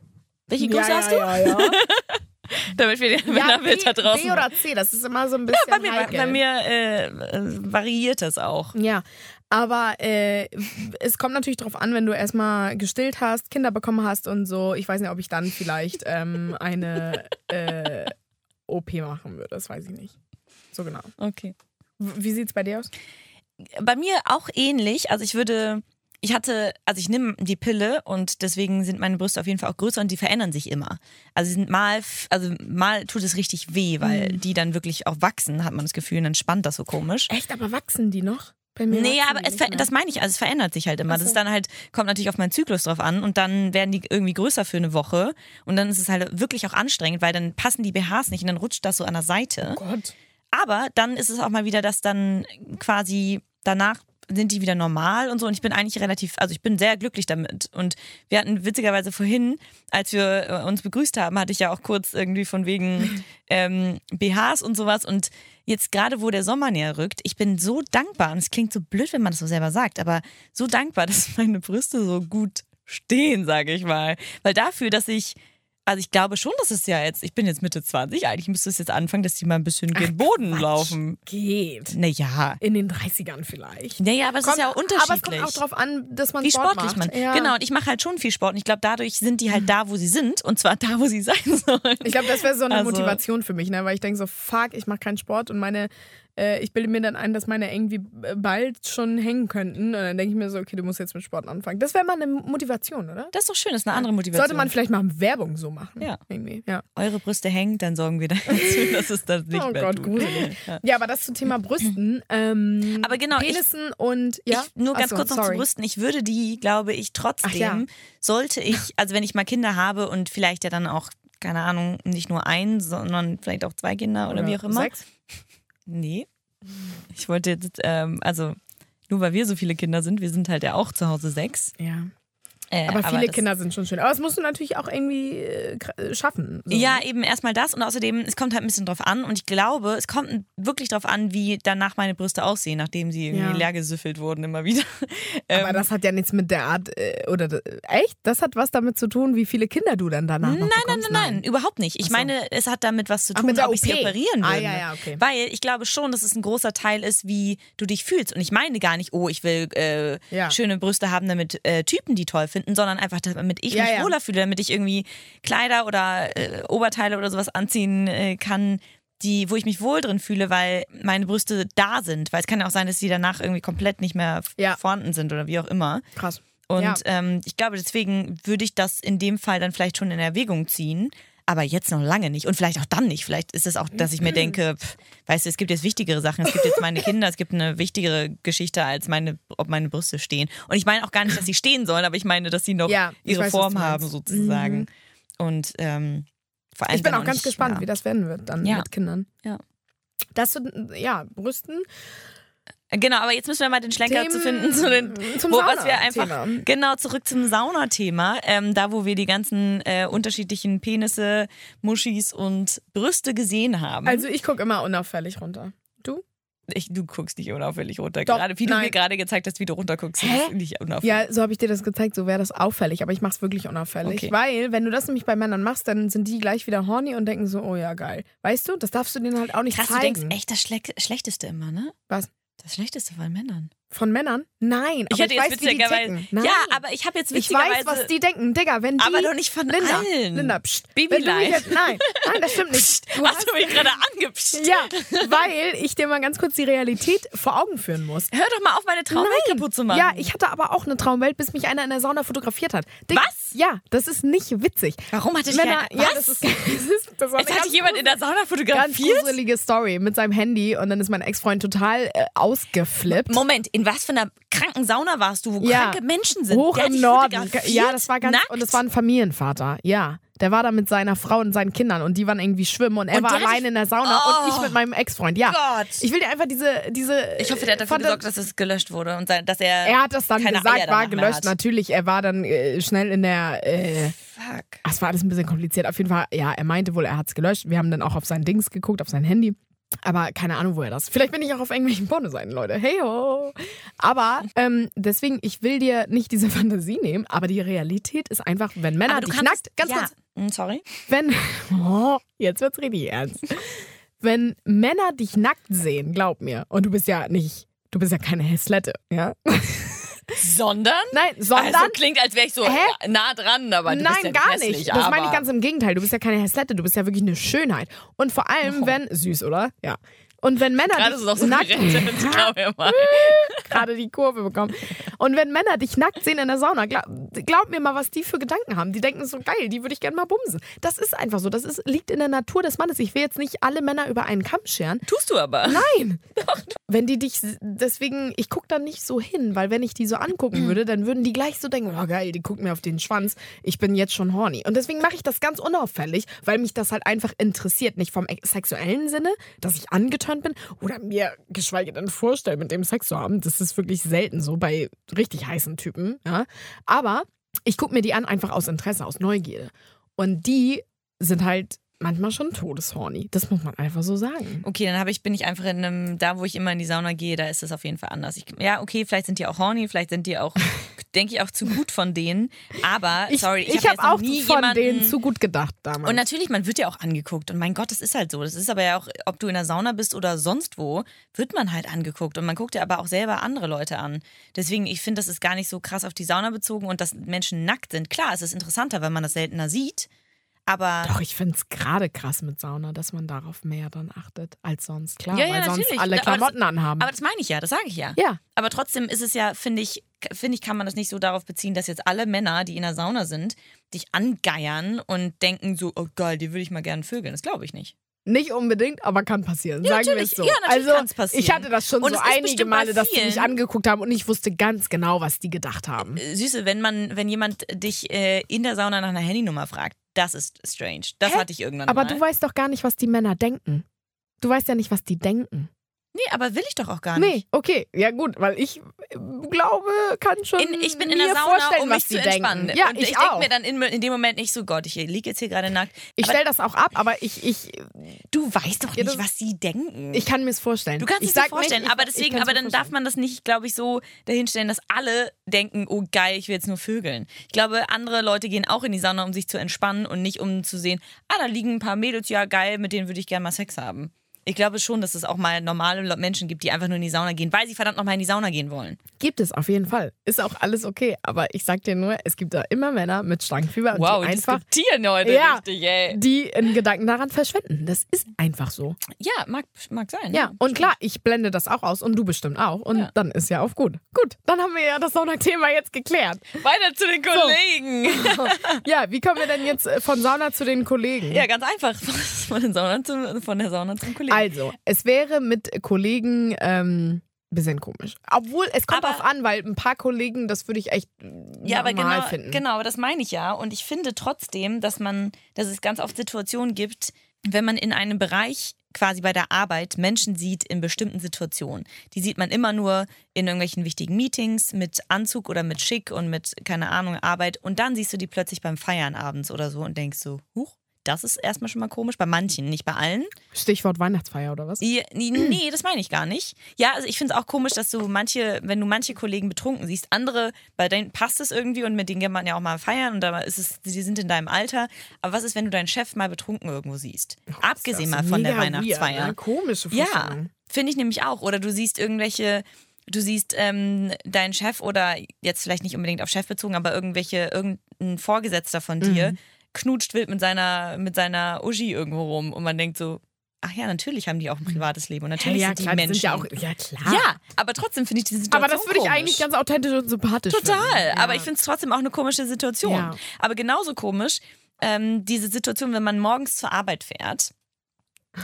Welche
ja,
Größe
ja,
hast du?
Ja, ja.
Damit wir den
ja B,
Männerbild da draußen.
B oder C, das ist immer so ein bisschen.
bei mir,
heikel.
bei mir äh, äh, variiert das auch.
Ja, aber äh, es kommt natürlich drauf an, wenn du erstmal gestillt hast, Kinder bekommen hast und so. Ich weiß nicht, ob ich dann vielleicht ähm, eine äh, OP machen würde. Das weiß ich nicht. So genau.
Okay.
W- Wie sieht's bei dir aus?
Bei mir auch ähnlich. Also ich würde, ich hatte, also ich nehme die Pille und deswegen sind meine Brüste auf jeden Fall auch größer und die verändern sich immer. Also sie sind mal, f- also mal tut es richtig weh, weil
Mhm.
die dann wirklich auch wachsen, hat man das Gefühl, und dann spannt das so komisch.
Echt, aber wachsen die noch? Bei Äh, mir
Nee,
wachsen
aber
die
es
nicht
ver
mehr.
das meine ich, also es verändert sich halt immer.
Ach
Das
so.
ist dann halt, kommt natürlich auf meinen Zyklus drauf an und dann werden die irgendwie größer für eine Woche und dann ist es halt wirklich auch anstrengend, weil dann passen die BHs nicht und dann rutscht das so an der Seite.
Oh Gott.
Aber dann ist es auch mal wieder, dass dann quasi danach sind die wieder normal und so. Und ich bin eigentlich relativ, also ich bin sehr glücklich damit. Und wir hatten witzigerweise vorhin, als wir äh, uns begrüßt haben, hatte ich ja auch kurz irgendwie von wegen ähm, BHs und sowas. Und jetzt gerade, wo der Sommer näher rückt, ich bin so dankbar. Und es klingt so blöd, wenn man das so selber sagt, aber so dankbar, dass meine Brüste so gut stehen, sage ich mal. Weil dafür, dass ich also ich glaube schon, dass es ja jetzt, ich bin jetzt Mitte 20, eigentlich müsste es jetzt anfangen, dass die mal ein bisschen gen Boden laufen.
Geht.
Naja.
In den 30ern vielleicht.
Naja, aber es ist ja auch unterschiedlich.
Aber es kommt auch drauf an, dass man
wie
Sport
sportlich
macht.
man.
Ja. Mhm.
Genau, und ich mache halt schon viel Sport. Und ich glaube, dadurch sind die halt da, wo sie sind. Und zwar da, wo sie sein sollen.
Ich glaube, das wäre so eine
Also-
Motivation für mich, ne? weil ich denke so, fuck, ich mache keinen Sport und meine, äh, ich bilde mir dann ein, dass meine irgendwie äh, bald schon hängen könnten. Und dann denke ich mir so, okay, du musst jetzt mit Sport anfangen. Das wäre mal eine Motivation, oder?
das ist doch schön, das ist eine andere Motivation.
Sollte man vielleicht mal Werbung so machen.
Ja.
Irgendwie. Ja.
Eure Brüste hängen, dann sorgen wir dafür, dass es das nicht
Oh
mehr
Gott,
tut.
gruselig. Ja, aber das zum Thema Brüsten. Ähm,
Aber genau, ich-
Penissen und ja.
Ich, nur ganz
Achso,
kurz noch
sorry.
zu Brüsten. Ich würde die, glaube ich, trotzdem,
Ach ja.
sollte ich, also wenn ich mal Kinder habe und vielleicht ja dann auch, keine Ahnung, nicht nur ein, sondern vielleicht auch zwei Kinder oder, wie auch immer.
Sex?
Nee. Ich wollte jetzt, ähm, also nur weil wir so viele Kinder sind, wir sind halt ja auch zu Hause sechs.
Ja.
Äh,
Aber viele
das-
Kinder sind schon schön. Aber das musst du natürlich auch irgendwie äh, kr- schaffen. So.
Ja, eben erstmal das und außerdem, es kommt halt ein bisschen drauf an und ich glaube, es kommt n- wirklich drauf an, wie danach meine Brüste aussehen, nachdem sie irgendwie
Ja.
leer gesüffelt wurden immer wieder.
Aber
Ähm,
das hat ja nichts mit der Art äh, oder d- echt? Das hat was damit zu tun, wie viele Kinder du dann danach noch
Nein, nein,
bekommst?
nein, nein, überhaupt nicht. Ich meine, es hat damit was zu
Ach,
tun,
mit der
ob ich sie
OP.
operieren würde.
Ah, ja, ja, okay.
Weil ich glaube schon, dass es ein großer Teil ist, wie du dich fühlst. Und ich meine gar nicht, oh, ich will äh,
Ja.
schöne Brüste haben, damit äh, Typen die toll finden, sondern einfach, damit ich
Ja,
mich
ja.
wohler fühle, damit ich irgendwie Kleider oder äh, Oberteile oder sowas anziehen äh, kann. Die, wo ich mich wohl drin fühle, weil meine Brüste da sind. Weil es kann ja auch sein, dass sie danach irgendwie komplett nicht mehr f-
Ja.
vorhanden sind oder wie auch immer.
Krass.
Und
Ja.
ähm, ich glaube, deswegen würde ich das in dem Fall dann vielleicht schon in Erwägung ziehen. Aber jetzt noch lange nicht. Und vielleicht auch dann nicht. Vielleicht ist es auch, dass ich mir
Mhm.
denke, pff, weißt du, es gibt jetzt wichtigere Sachen. Es gibt jetzt meine Kinder. Es gibt eine wichtigere Geschichte, als meine, ob meine Brüste stehen. Und ich meine auch gar nicht, dass sie stehen sollen, aber ich meine, dass sie noch
Ja, ich
ihre
weiß, was
Form
du
haben,
meinst. Mhm.
sozusagen. Und ähm, vor allem.
Ich bin
dann
auch ganz
nicht-
gespannt,
ja.
wie das werden wird dann
Ja.
mit Kindern.
Ja.
Das sind, ja, Brüsten.
Genau, aber jetzt müssen wir mal den Schlenker
Themen-
zu finden zu den,
zum
wo, was wir
Sauna-Thema.
einfach genau zurück zum Saunathema, ähm, da wo wir die ganzen äh, unterschiedlichen Penisse, Muschis und Brüste gesehen haben.
Also ich gucke immer unauffällig runter. Du?
ich, du guckst nicht unauffällig runter.
Doch,
gerade wie du
nein.
mir gerade gezeigt hast, wie du runterguckst,
Hä?
ist nicht unauffällig.
Ja, so habe ich dir das gezeigt, so wäre das auffällig, aber ich mache es wirklich unauffällig.
Okay.
Weil, wenn du das nämlich bei Männern machst, dann sind die gleich wieder horny und denken so, oh ja, geil. Weißt du, das darfst du denen halt auch nicht
Krass, du
zeigen.
denkst echt das Schle Schlechteste immer, ne?
Was?
Das Schlechteste von Männern.
Von Männern? Nein, aber ich weiß, wie die ticken. Nein.
Ja, aber ich habe jetzt
ich weiß,
witzigerweise...
was die denken. Digga, wenn die...
aber doch nicht von
Linda,
allen.
Linda, pst.
Baby
wenn du mich
Life.
jetzt- Nein, nein, das stimmt nicht. Du
Hast
hast,
du mich gerade angepst?
ja, weil ich dir mal ganz kurz die Realität vor Augen führen muss.
Hör doch mal auf, meine Traumwelt kaputt zu machen.
Ja, ich hatte aber auch eine Traumwelt, bis mich einer in der Sauna fotografiert hat. Digga,
Was?
Ja, das ist nicht witzig.
Warum hatte ich
Männer,
keine-
ja,
Was?
das ist, das ist das war
Jetzt
eine
hat
ganz
dich jemand in der Sauna
ganz
fotografiert?
gruselige Story mit seinem Handy und dann ist mein Ex-Freund total äh, ausgeflippt.
Moment, in was für einer kranken Sauna warst du, wo
Ja.
kranke Menschen sind?
Hoch
Der hat
im
dich
Norden.
fotografiert?
Ja, das war ganz
Nackt?
und es war ein Familienvater. Ja, der war da mit seiner Frau und seinen Kindern und die waren irgendwie schwimmen und er
Und
war
der hat
allein
dich-
in der Sauna
Oh.
und ich mit meinem Ex-Freund. Ja,
Gott.
ich will dir einfach diese diese.
Ich hoffe, der hat dafür
Fanta-
gesorgt, dass es gelöscht wurde und sein- dass er.
Er hat das dann
keine
gesagt,
Eier
war
danach mehr
gelöscht.
hat.
Natürlich, er war dann äh, schnell in der. Äh,
Fuck.
ach, es war alles ein bisschen kompliziert. Auf jeden Fall, ja, er meinte wohl, er hat es gelöscht. Wir haben dann auch auf sein Dings geguckt, auf sein Handy. Aber keine Ahnung, wo er das. Vielleicht bin ich auch auf irgendwelchen Pornoseiten, Leute. Hey ho! Aber ähm, deswegen, ich will dir nicht diese Fantasie nehmen, aber die Realität ist einfach, wenn Männer
Aber du
dich
kannst-
nackt, ganz
ja.
kurz,
Mm, Sorry.
wenn. Oh, jetzt wird's richtig ernst. Wenn Männer dich nackt sehen, glaub mir, und du bist ja nicht, du bist ja keine Häslette, ja?
Also Sondern?
Nein, sondern
also klingt, als wäre ich so
Hä?
nah dran, aber du
Nein,
bist ja
gar
hässlich,
nicht. Das
aber
meine ich ganz im Gegenteil. Du bist ja keine Häslette, du bist ja wirklich eine Schönheit. Und vor allem, wenn. Süß, oder? Ja. Und wenn Männer.
Gerade
dich
so noch so
nackt,
gerettet, glaub mir mal.
gerade die Kurve bekommen. Und wenn Männer dich nackt sehen in der Sauna, glaub, glaub mir mal, was die für Gedanken haben. Die denken so, geil, die würde ich gerne mal bumsen. Das ist einfach so. Das ist, liegt in der Natur des Mannes. Ich will jetzt nicht alle Männer über einen Kamm scheren.
Tust du aber.
Nein! Wenn die dich, deswegen, ich gucke da nicht so hin, weil wenn ich die so angucken würde, dann würden die gleich so denken, oh geil, die guckt mir auf den Schwanz, ich bin jetzt schon horny. Und deswegen mache ich das ganz unauffällig, weil mich das halt einfach interessiert. Nicht vom sexuellen Sinne, dass ich angetönt bin oder mir geschweige denn vorstellen, mit dem Sex zu haben. Das ist wirklich selten so bei richtig heißen Typen. Ja? Aber ich gucke mir die an einfach aus Interesse, aus Neugierde. Und die sind halt manchmal schon todeshorny. Das muss man einfach so sagen.
Okay, dann habe ich, bin ich einfach in einem, da wo ich immer in die Sauna gehe, da ist es auf jeden Fall anders. Ich, ja, okay, vielleicht sind die auch horny, vielleicht sind die auch, denke ich, auch zu gut von denen. Aber, sorry, ich,
hab
habe hab jetzt noch nie
von
jemanden,
denen zu gut gedacht damals.
Und natürlich, man wird ja auch angeguckt. Und mein Gott, das ist halt so. Das ist aber ja auch, ob du in der Sauna bist oder sonst wo, wird man halt angeguckt. Und man guckt ja aber auch selber andere Leute an. Deswegen, ich finde, das ist gar nicht so krass auf die Sauna bezogen und dass Menschen nackt sind. Klar, es ist interessanter, wenn man das seltener sieht. Aber
Doch, ich find's gerade krass mit Sauna, dass man darauf mehr dann achtet als sonst. Klar,
Ja, ja,
weil sonst
natürlich.
alle
Aber
Klamotten
das-
anhaben.
Aber das meine ich ja, das sage ich ja.
Ja.
Aber trotzdem ist es ja, finde ich, finde ich, kann man das nicht so darauf beziehen, dass jetzt alle Männer, die in der Sauna sind, dich angeiern und denken so, oh geil, die würde ich mal gerne vögeln. Das glaube ich nicht.
Nicht unbedingt, aber kann passieren.
Ja,
sagen wir es
natürlich.
so.
Ja, natürlich
also,
kann's passieren.
ich hatte das schon
Und
so
es ist
einige
bestimmt bei
Male, dass die mich
vielen-
angeguckt haben und ich wusste ganz genau, was die gedacht haben.
Äh, Süße, wenn man, wenn jemand dich äh, in der Sauna nach einer Handynummer fragt, das ist strange. Das
Hä?
hatte ich irgendwann
Aber
mal.
du weißt doch gar nicht, was die Männer denken. Du weißt ja nicht, was die denken.
nee, aber will ich doch auch gar
Nee,
nicht.
okay. Ja, gut, weil ich äh, glaube, kann schon.
In, ich bin in
mir
der Sauna,
vorstellen,
um
was
mich
die
zu entspannen.
Denken. Ja,
und
ich,
ich,
auch.
denke mir dann in, in dem Moment nicht so, Gott, ich liege jetzt hier gerade nackt.
ich
Aber
stelle das auch ab, aber ich, ich
du weißt doch
Ja,
nicht,
das-
was sie denken.
Ich kann mir es vorstellen.
Du kannst
ich
es dir
sag
vorstellen,
nicht, ich-
aber
ich
deswegen,
kann's
aber
mir
dann darf
vorstellen.
man das nicht, glaube ich, so dahinstellen, dass alle denken, oh geil, ich will jetzt nur vögeln. Ich glaube, andere Leute gehen auch in die Sauna, um sich zu entspannen und nicht um zu sehen, ah, da liegen ein paar Mädels, ja geil, mit denen würde ich gerne mal Sex haben. Ich glaube schon, dass es auch mal normale Le- Menschen gibt, die einfach nur in die Sauna gehen, weil sie verdammt nochmal in die Sauna gehen wollen.
Gibt es auf jeden Fall. Ist auch alles okay. Aber ich sag dir nur, es gibt da immer Männer mit Schlangenfieber und die einfach,
diskutieren heute
Ja.
richtig, ey.
die in Gedanken daran verschwinden. Das ist einfach so.
Ja, mag, mag sein. ne?
Ja, und klar, ich blende das auch aus und du bestimmt auch. Und
Ja.
dann ist ja auch gut. Gut, dann haben wir ja das Sauna-Thema jetzt geklärt.
Weiter zu den Kollegen.
ja, wie kommen wir denn jetzt äh, von Sauna zu den Kollegen?
Ja, ganz einfach. Von, den Sauna zum, von der Sauna zum Kollegen.
Also, es wäre mit Kollegen ähm, bisschen komisch. Obwohl, es kommt
Aber-
drauf an, weil ein paar Kollegen, das würde ich echt normal
Ja, aber genau,
finden.
genau, aber das meine ich ja. Und ich finde trotzdem, dass man, dass es ganz oft Situationen gibt, wenn man in einem Bereich quasi bei der Arbeit Menschen sieht in bestimmten Situationen. Die sieht man immer nur in irgendwelchen wichtigen Meetings mit Anzug oder mit Schick und mit, keine Ahnung, Arbeit. Und dann siehst du die plötzlich beim Feiern abends oder so und denkst so, huch, das ist erstmal schon mal komisch. Bei manchen, nicht bei allen.
Stichwort Weihnachtsfeier oder was?
Ja, nee, nee, das meine ich gar nicht. Ja, also ich finde es auch komisch, dass du manche, wenn du manche Kollegen betrunken siehst, andere, bei denen passt es irgendwie und mit denen geht man ja auch mal feiern und da ist es, die sind in deinem Alter. Aber was ist, wenn du deinen Chef mal betrunken irgendwo
Oh,
siehst? Abgesehen mal von der
Mega
Weihnachtsfeier.
weird, ne? Komische
Ja,
Vorstellung.
finde ich nämlich auch. Oder du siehst irgendwelche, du siehst ähm, deinen Chef oder jetzt vielleicht nicht unbedingt auf Chef bezogen, aber irgendwelche, irgendein Vorgesetzter von dir
Mhm.
knutscht wild mit seiner, mit seiner Uschi irgendwo rum und man denkt so, ach ja, natürlich haben die auch ein privates Leben und natürlich
ja,
sind die
klar,
Menschen.
sind ja auch. Ja, klar.
ja, aber trotzdem finde ich die Situation
aber das würde ich
komisch.
eigentlich ganz authentisch und sympathisch
Total,
finden. Ja.
aber ich finde es trotzdem auch eine komische Situation.
Ja.
Aber genauso komisch, ähm, diese Situation, wenn man morgens zur Arbeit fährt.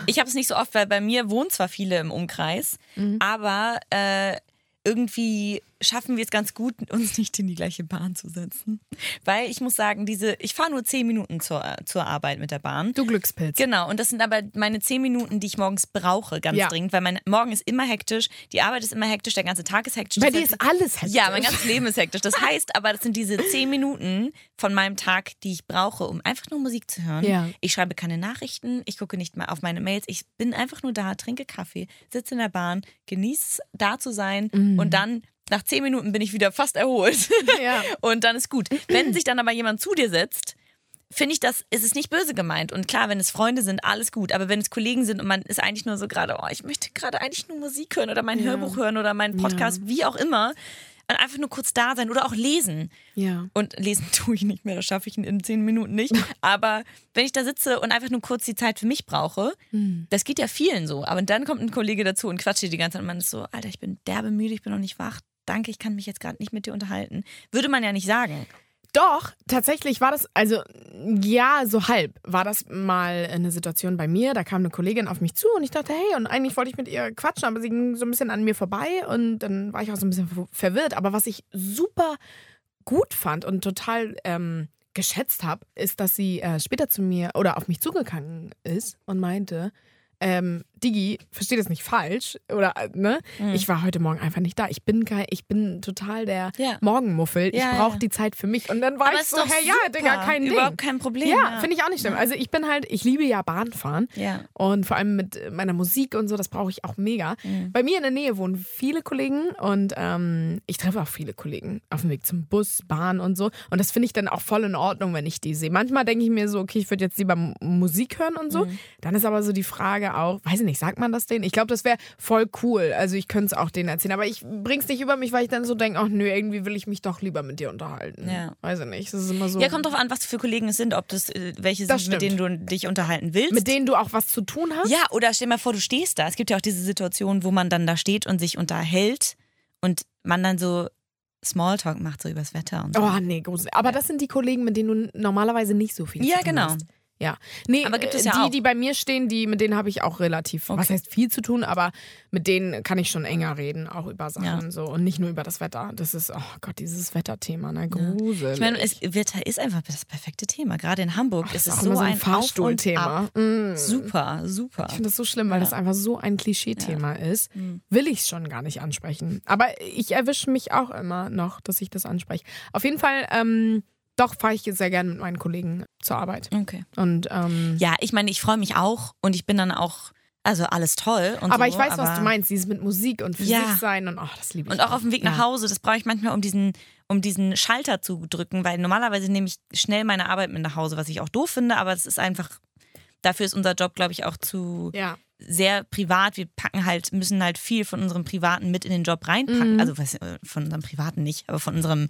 Ich habe es nicht so oft, weil bei mir wohnen zwar viele im Umkreis,
Mhm.
aber äh, irgendwie schaffen wir es ganz gut, uns nicht in die gleiche Bahn zu setzen. Weil ich muss sagen, diese, ich fahre nur zehn Minuten zur, zur Arbeit mit der Bahn.
Du Glückspilz.
Genau, und das sind aber meine zehn Minuten, die ich morgens brauche, ganz
Ja.
dringend, weil mein Morgen ist immer hektisch, die Arbeit ist immer hektisch, der ganze Tag ist hektisch.
Bei
Das
dir
heißt,
ist alles hektisch.
ja, mein ganzes Leben ist hektisch. Das heißt aber, das sind diese zehn Minuten von meinem Tag, die ich brauche, um einfach nur Musik zu hören.
Ja.
Ich schreibe keine Nachrichten, ich gucke nicht mal auf meine Mails. Ich bin einfach nur da, trinke Kaffee, sitze in der Bahn, genieße es, da zu sein
Mhm.
und dann. Nach zehn Minuten bin ich wieder fast erholt.
Ja.
Und dann ist gut. Wenn sich dann aber jemand zu dir setzt, finde ich das, ist es nicht böse gemeint. Und klar, wenn es Freunde sind, alles gut. Aber wenn es Kollegen sind und man ist eigentlich nur so gerade, oh, ich möchte gerade eigentlich nur Musik hören oder mein Hörbuch hören oder meinen Podcast, wie auch immer, und einfach nur kurz da sein oder auch lesen.
Ja.
Und lesen tue ich nicht mehr, das schaffe ich in- in zehn Minuten nicht. Aber wenn ich da sitze und einfach nur kurz die Zeit für mich brauche,
Hm.
das geht ja vielen so. Aber dann kommt ein Kollege dazu und quatscht dir die ganze Zeit und man ist so, Alter, ich bin derbe müde, ich bin noch nicht wach. Danke, ich kann mich jetzt gerade nicht mit dir unterhalten. Würde man ja nicht sagen.
Doch, tatsächlich war das, also ja, so halb war das mal eine Situation bei mir. Da kam eine Kollegin auf mich zu und ich dachte, hey, und eigentlich wollte ich mit ihr quatschen, aber sie ging so ein bisschen an mir vorbei und dann war ich auch so ein bisschen ver- verwirrt. Aber was ich super gut fand und total ähm, geschätzt habe, ist, dass sie äh, später zu mir oder auf mich zugegangen ist und meinte, ähm, Digi, versteht das nicht falsch oder äh, ne? Ich war heute Morgen einfach nicht da. Ich bin kein, ich bin total der
Ja.
Morgenmuffel. Ich
Ja,
brauche
ja.
die Zeit für mich. Und dann war
Aber
ich
ist
so,
doch
hey, ja,
super.
Digga, kein Ding.
Überhaupt kein Problem,
Ja,
ja.
finde ich auch nicht schlimm. Also ich bin halt, ich liebe ja Bahnfahren.
Ja.
Und vor allem mit äh, meiner Musik und so, das brauche ich auch mega.
Mhm.
Bei mir in der Nähe wohnen viele Kollegen und ähm, ich treffe auch viele Kollegen auf dem Weg zum Bus, Bahn und so. Und das finde ich dann auch voll in Ordnung, wenn ich die sehe. Manchmal denke ich mir so, okay, ich würde jetzt lieber M- Musik hören und
Mhm.
so. Dann ist aber so die Frage auch, weiß ich nicht, sagt man das denen? Ich glaube, das wäre voll cool. Also ich könnte es auch denen erzählen. Aber ich bring's nicht über mich, weil ich dann so denke, ach nö, irgendwie will ich mich doch lieber mit dir unterhalten.
Ja.
Weiß ich nicht. Das ist immer so.
Ja, kommt drauf an, was für Kollegen es sind, ob das äh, welche
Das
sind, mit
stimmt.
denen du dich unterhalten willst.
mit denen du auch was zu tun hast?
ja, oder stell mal vor, du stehst da. Es gibt ja auch diese Situation, wo man dann da steht und sich unterhält und man dann so Smalltalk macht, so übers Wetter und so.
Oh nee, gruselig. Aber das sind die Kollegen, mit denen du normalerweise nicht so viel
Ja,
zu tun
genau.
hast. Ja, nee,
Aber gibt es
äh,
ja
die,
auch.
die bei mir stehen, die, mit denen habe ich auch relativ, was heißt viel zu tun, aber mit denen kann ich schon enger reden, auch über Sachen
Ja.
so und nicht nur über das Wetter. Das ist, oh Gott, dieses Wetterthema, ne, gruselig.
Ich meine, es, Wetter ist einfach das perfekte Thema. Gerade in Hamburg ist
das
es
ist auch
so,
immer so ein
ein Auf und
Fahrstuhlthema.
Ab.
Mm.
Super, super. Mhm.
Ich finde das so schlimm, weil das einfach so ein Klischeethema ist. Will ich es schon gar nicht ansprechen. Aber ich erwische mich auch immer noch, dass ich das anspreche. Auf jeden Fall, ähm, doch fahre ich sehr gerne mit meinen Kollegen zur Arbeit.
Okay.
Und ähm,
Ja, ich meine, ich freue mich auch und ich bin dann auch, also alles toll. Und
aber
so,
ich weiß, was
aber-
du meinst, dieses mit Musik und für
Ja.
sich sein und ach, das liebe ich.
Und auch auf dem Weg nach Hause, das brauche ich manchmal, um diesen, um diesen Schalter zu drücken, weil normalerweise nehme ich schnell meine Arbeit mit nach Hause, was ich auch doof finde, aber es ist einfach, dafür ist unser Job, glaube ich, auch zu
Ja.
sehr privat. Wir packen halt, müssen halt viel von unserem Privaten mit in den Job
Mhm.
reinpacken. Also was, äh, von unserem Privaten nicht, aber von unserem,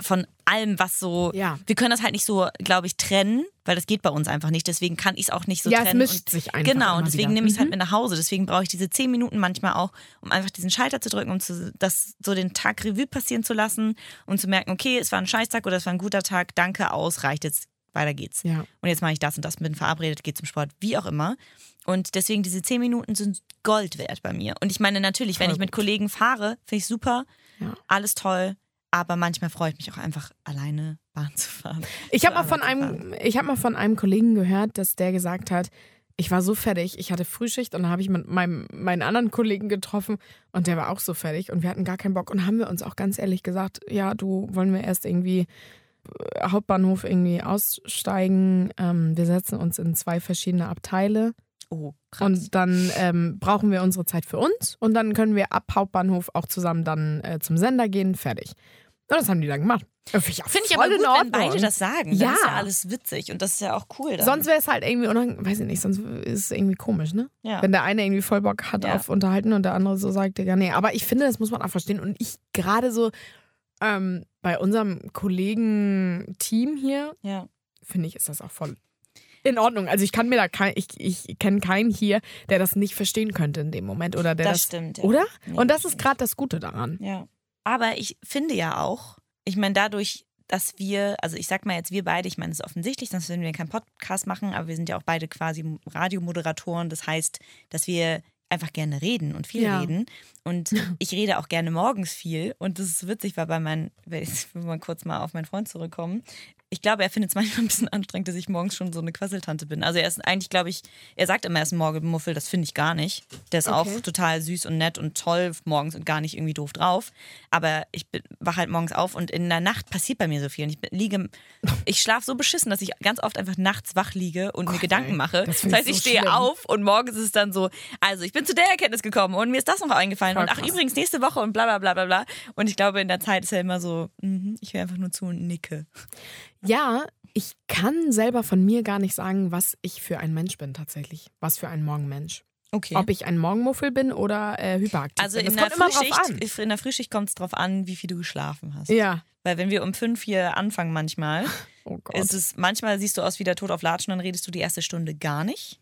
von allem, was so.
Ja.
Wir können das halt nicht so, glaube ich, trennen, weil das geht bei uns einfach nicht. Deswegen kann ich es auch nicht so
Ja, es
trennen.
mischt sich einfach
Genau,
immer
und deswegen
wieder. Mhm.
nehme ich es halt mit nach Hause. Deswegen brauche ich diese zehn Minuten manchmal auch, um einfach diesen Schalter zu drücken, um zu, das, so den Tag Revue passieren zu lassen und zu merken, okay, es war ein Scheißtag oder es war ein guter Tag, danke, aus, reicht jetzt, weiter geht's
Ja.
und jetzt mache ich das und das, bin verabredet, gehe zum Sport, wie auch immer. Und deswegen diese zehn Minuten sind Gold wert bei mir. Und ich meine natürlich, wenn
Voll
ich mit
gut.
Kollegen fahre, finde ich super,
Ja.
alles toll, aber manchmal freue ich mich auch einfach alleine Bahn zu fahren.
Ich habe
Zur
mal von
Arbeit zu
einem, ich habe mal von einem Kollegen gehört, dass der gesagt hat, ich war so fertig. Ich hatte Frühschicht und dann habe ich mit meinem, meinen anderen Kollegen getroffen und der war auch so fertig und wir hatten gar keinen Bock und haben wir uns auch ganz ehrlich gesagt, ja, du wollen wir erst irgendwie äh, Hauptbahnhof irgendwie aussteigen. Ähm, wir setzen uns in zwei verschiedene Abteile
Oh, krass.
und dann ähm, brauchen wir unsere Zeit für uns und dann können wir ab Hauptbahnhof auch zusammen dann äh, zum Sender gehen, fertig. Und das haben die dann gemacht. Finde ich, auch
Finde ich
voll
aber gut,
in
wenn
Ordnung.
beide das sagen. Ja.
Ja.
Dann ist ja alles witzig und das ist ja auch cool. Dann.
Sonst wäre es halt irgendwie, unang weiß ich nicht, sonst ist es irgendwie komisch, ne?
ja.
Wenn der eine irgendwie voll Bock hat
Ja.
auf Unterhalten und der andere so sagt, Digga, nee. Aber ich finde, das muss man auch verstehen. Und ich gerade so ähm, bei unserem Kollegen-Team hier,
ja.
finde ich, ist das auch voll in Ordnung. Also ich kann mir da kein, ich, ich kenne keinen hier, der das nicht verstehen könnte in dem Moment oder der
Das
das,
stimmt. Ja.
oder?
Nee,
Und das
stimmt.
ist gerade das Gute daran.
Ja. Aber ich finde ja auch, ich meine, dadurch, dass wir, also ich sag mal jetzt wir beide, ich meine, es ist offensichtlich, sonst würden wir keinen Podcast machen, aber wir sind ja auch beide quasi Radiomoderatoren. Das heißt, dass wir einfach gerne reden und viel
Ja.
reden. Und ich rede auch gerne morgens viel. Und das ist witzig, weil bei meinen, wenn ich will mal kurz mal auf meinen Freund zurückkommen. Ich glaube, er findet es manchmal ein bisschen anstrengend, dass ich morgens schon so eine Quasseltante bin. Also er ist eigentlich, glaube ich, er sagt immer, er ist ein Morgenmuffel. Das finde ich gar nicht. Der ist auch
Okay.
total süß und nett und toll morgens und gar nicht irgendwie doof drauf. Aber ich bin- wach halt morgens auf und in der Nacht passiert bei mir so viel. Und ich bin- liege, ich schlafe so beschissen, dass ich ganz oft einfach nachts wach liege und mir Gedanken
ey,
mache.
das
Das,
find ich
heißt,
so
ich stehe
schlimm.
auf und morgens ist es dann so, also ich bin zu der Erkenntnis gekommen und mir ist das noch eingefallen.
Voll
und ach,
krass.
übrigens nächste Woche und bla bla bla bla bla. Und ich glaube, in der Zeit ist ja immer so, mhm, ich höre einfach nur zu und nicke.
Ja, ich kann selber von mir gar nicht sagen, was ich für ein Mensch bin tatsächlich. Was für ein Morgenmensch.
Okay.
Ob ich ein Morgenmuffel bin oder äh, hyperaktiv
also
bin.
in
Das
der,
kommt immer drauf an.
Frühschicht, in der Frühschicht kommt es drauf an, wie viel du geschlafen hast.
Ja.
Weil wenn wir um fünf hier anfangen manchmal,
Oh Gott.
ist es, manchmal siehst du aus wie der Tod auf Latschen, dann redest du die erste Stunde gar nicht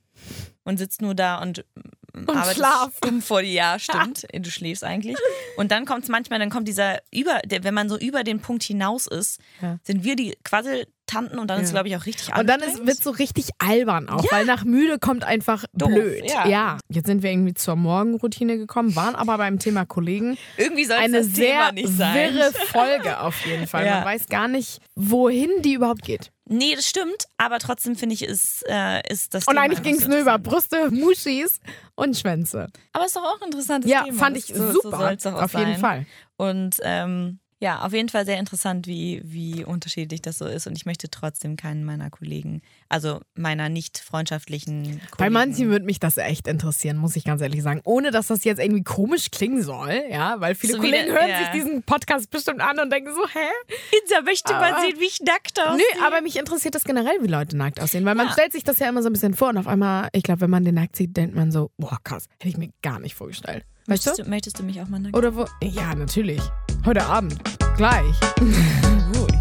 und sitzt nur da und, und
schlaf.
stumm vor dir. Ja, stimmt. du schläfst eigentlich. Und dann kommt es manchmal, dann kommt dieser über, der, wenn man so über den Punkt hinaus ist,
Ja.
sind wir die Quasseltanten und dann ist
Ja.
glaube ich auch richtig
und dann ist, wird's so richtig albern auch, weil nach müde kommt einfach
Doof,
blöd.
ja.
Jetzt sind wir irgendwie zur Morgenroutine gekommen, waren aber beim Thema Kollegen
irgendwie soll
eine
das Thema
sehr
nicht sein.
wirre Folge auf jeden Fall.
Ja.
Man weiß gar nicht, wohin die überhaupt geht.
Nee, das stimmt, aber trotzdem finde ich, ist, äh, ist das
Und
Thema
eigentlich
einfach
ging's
so
nur über
interessant.
Brüste, Muschis und Schwänze.
Aber ist doch auch ein interessantes
Ja,
Thema.
fand ich
So- so
super.
soll's doch auch
auf jeden
sein.
Fall.
Und ähm, ja, auf jeden Fall sehr interessant, wie, wie unterschiedlich das so ist. Und ich möchte trotzdem keinen meiner Kollegen, also meiner nicht freundschaftlichen Kollegen.
Bei manchen würde mich das echt interessieren, muss ich ganz ehrlich sagen. Ohne, dass das jetzt irgendwie komisch klingen soll, ja, weil viele
So wie
Kollegen
der-
hören
ja.
sich diesen Podcast bestimmt an und denken so, hä?
Insa möchte
mal
mal
sehen,
sehen, wie ich nackt aussehe.
Ah. Nö, aber mich interessiert das generell, wie Leute nackt aussehen, weil man
Ja.
stellt sich das ja immer so ein bisschen vor und auf einmal, ich glaube, wenn man den nackt sieht, denkt man so, boah, krass, hätte ich mir gar nicht vorgestellt. Weißt
möchtest,
du?
du, möchtest du mich auch mal nackt?
Oder wo? Ja, natürlich. Heute Abend. Gleich. Oh,
Gut.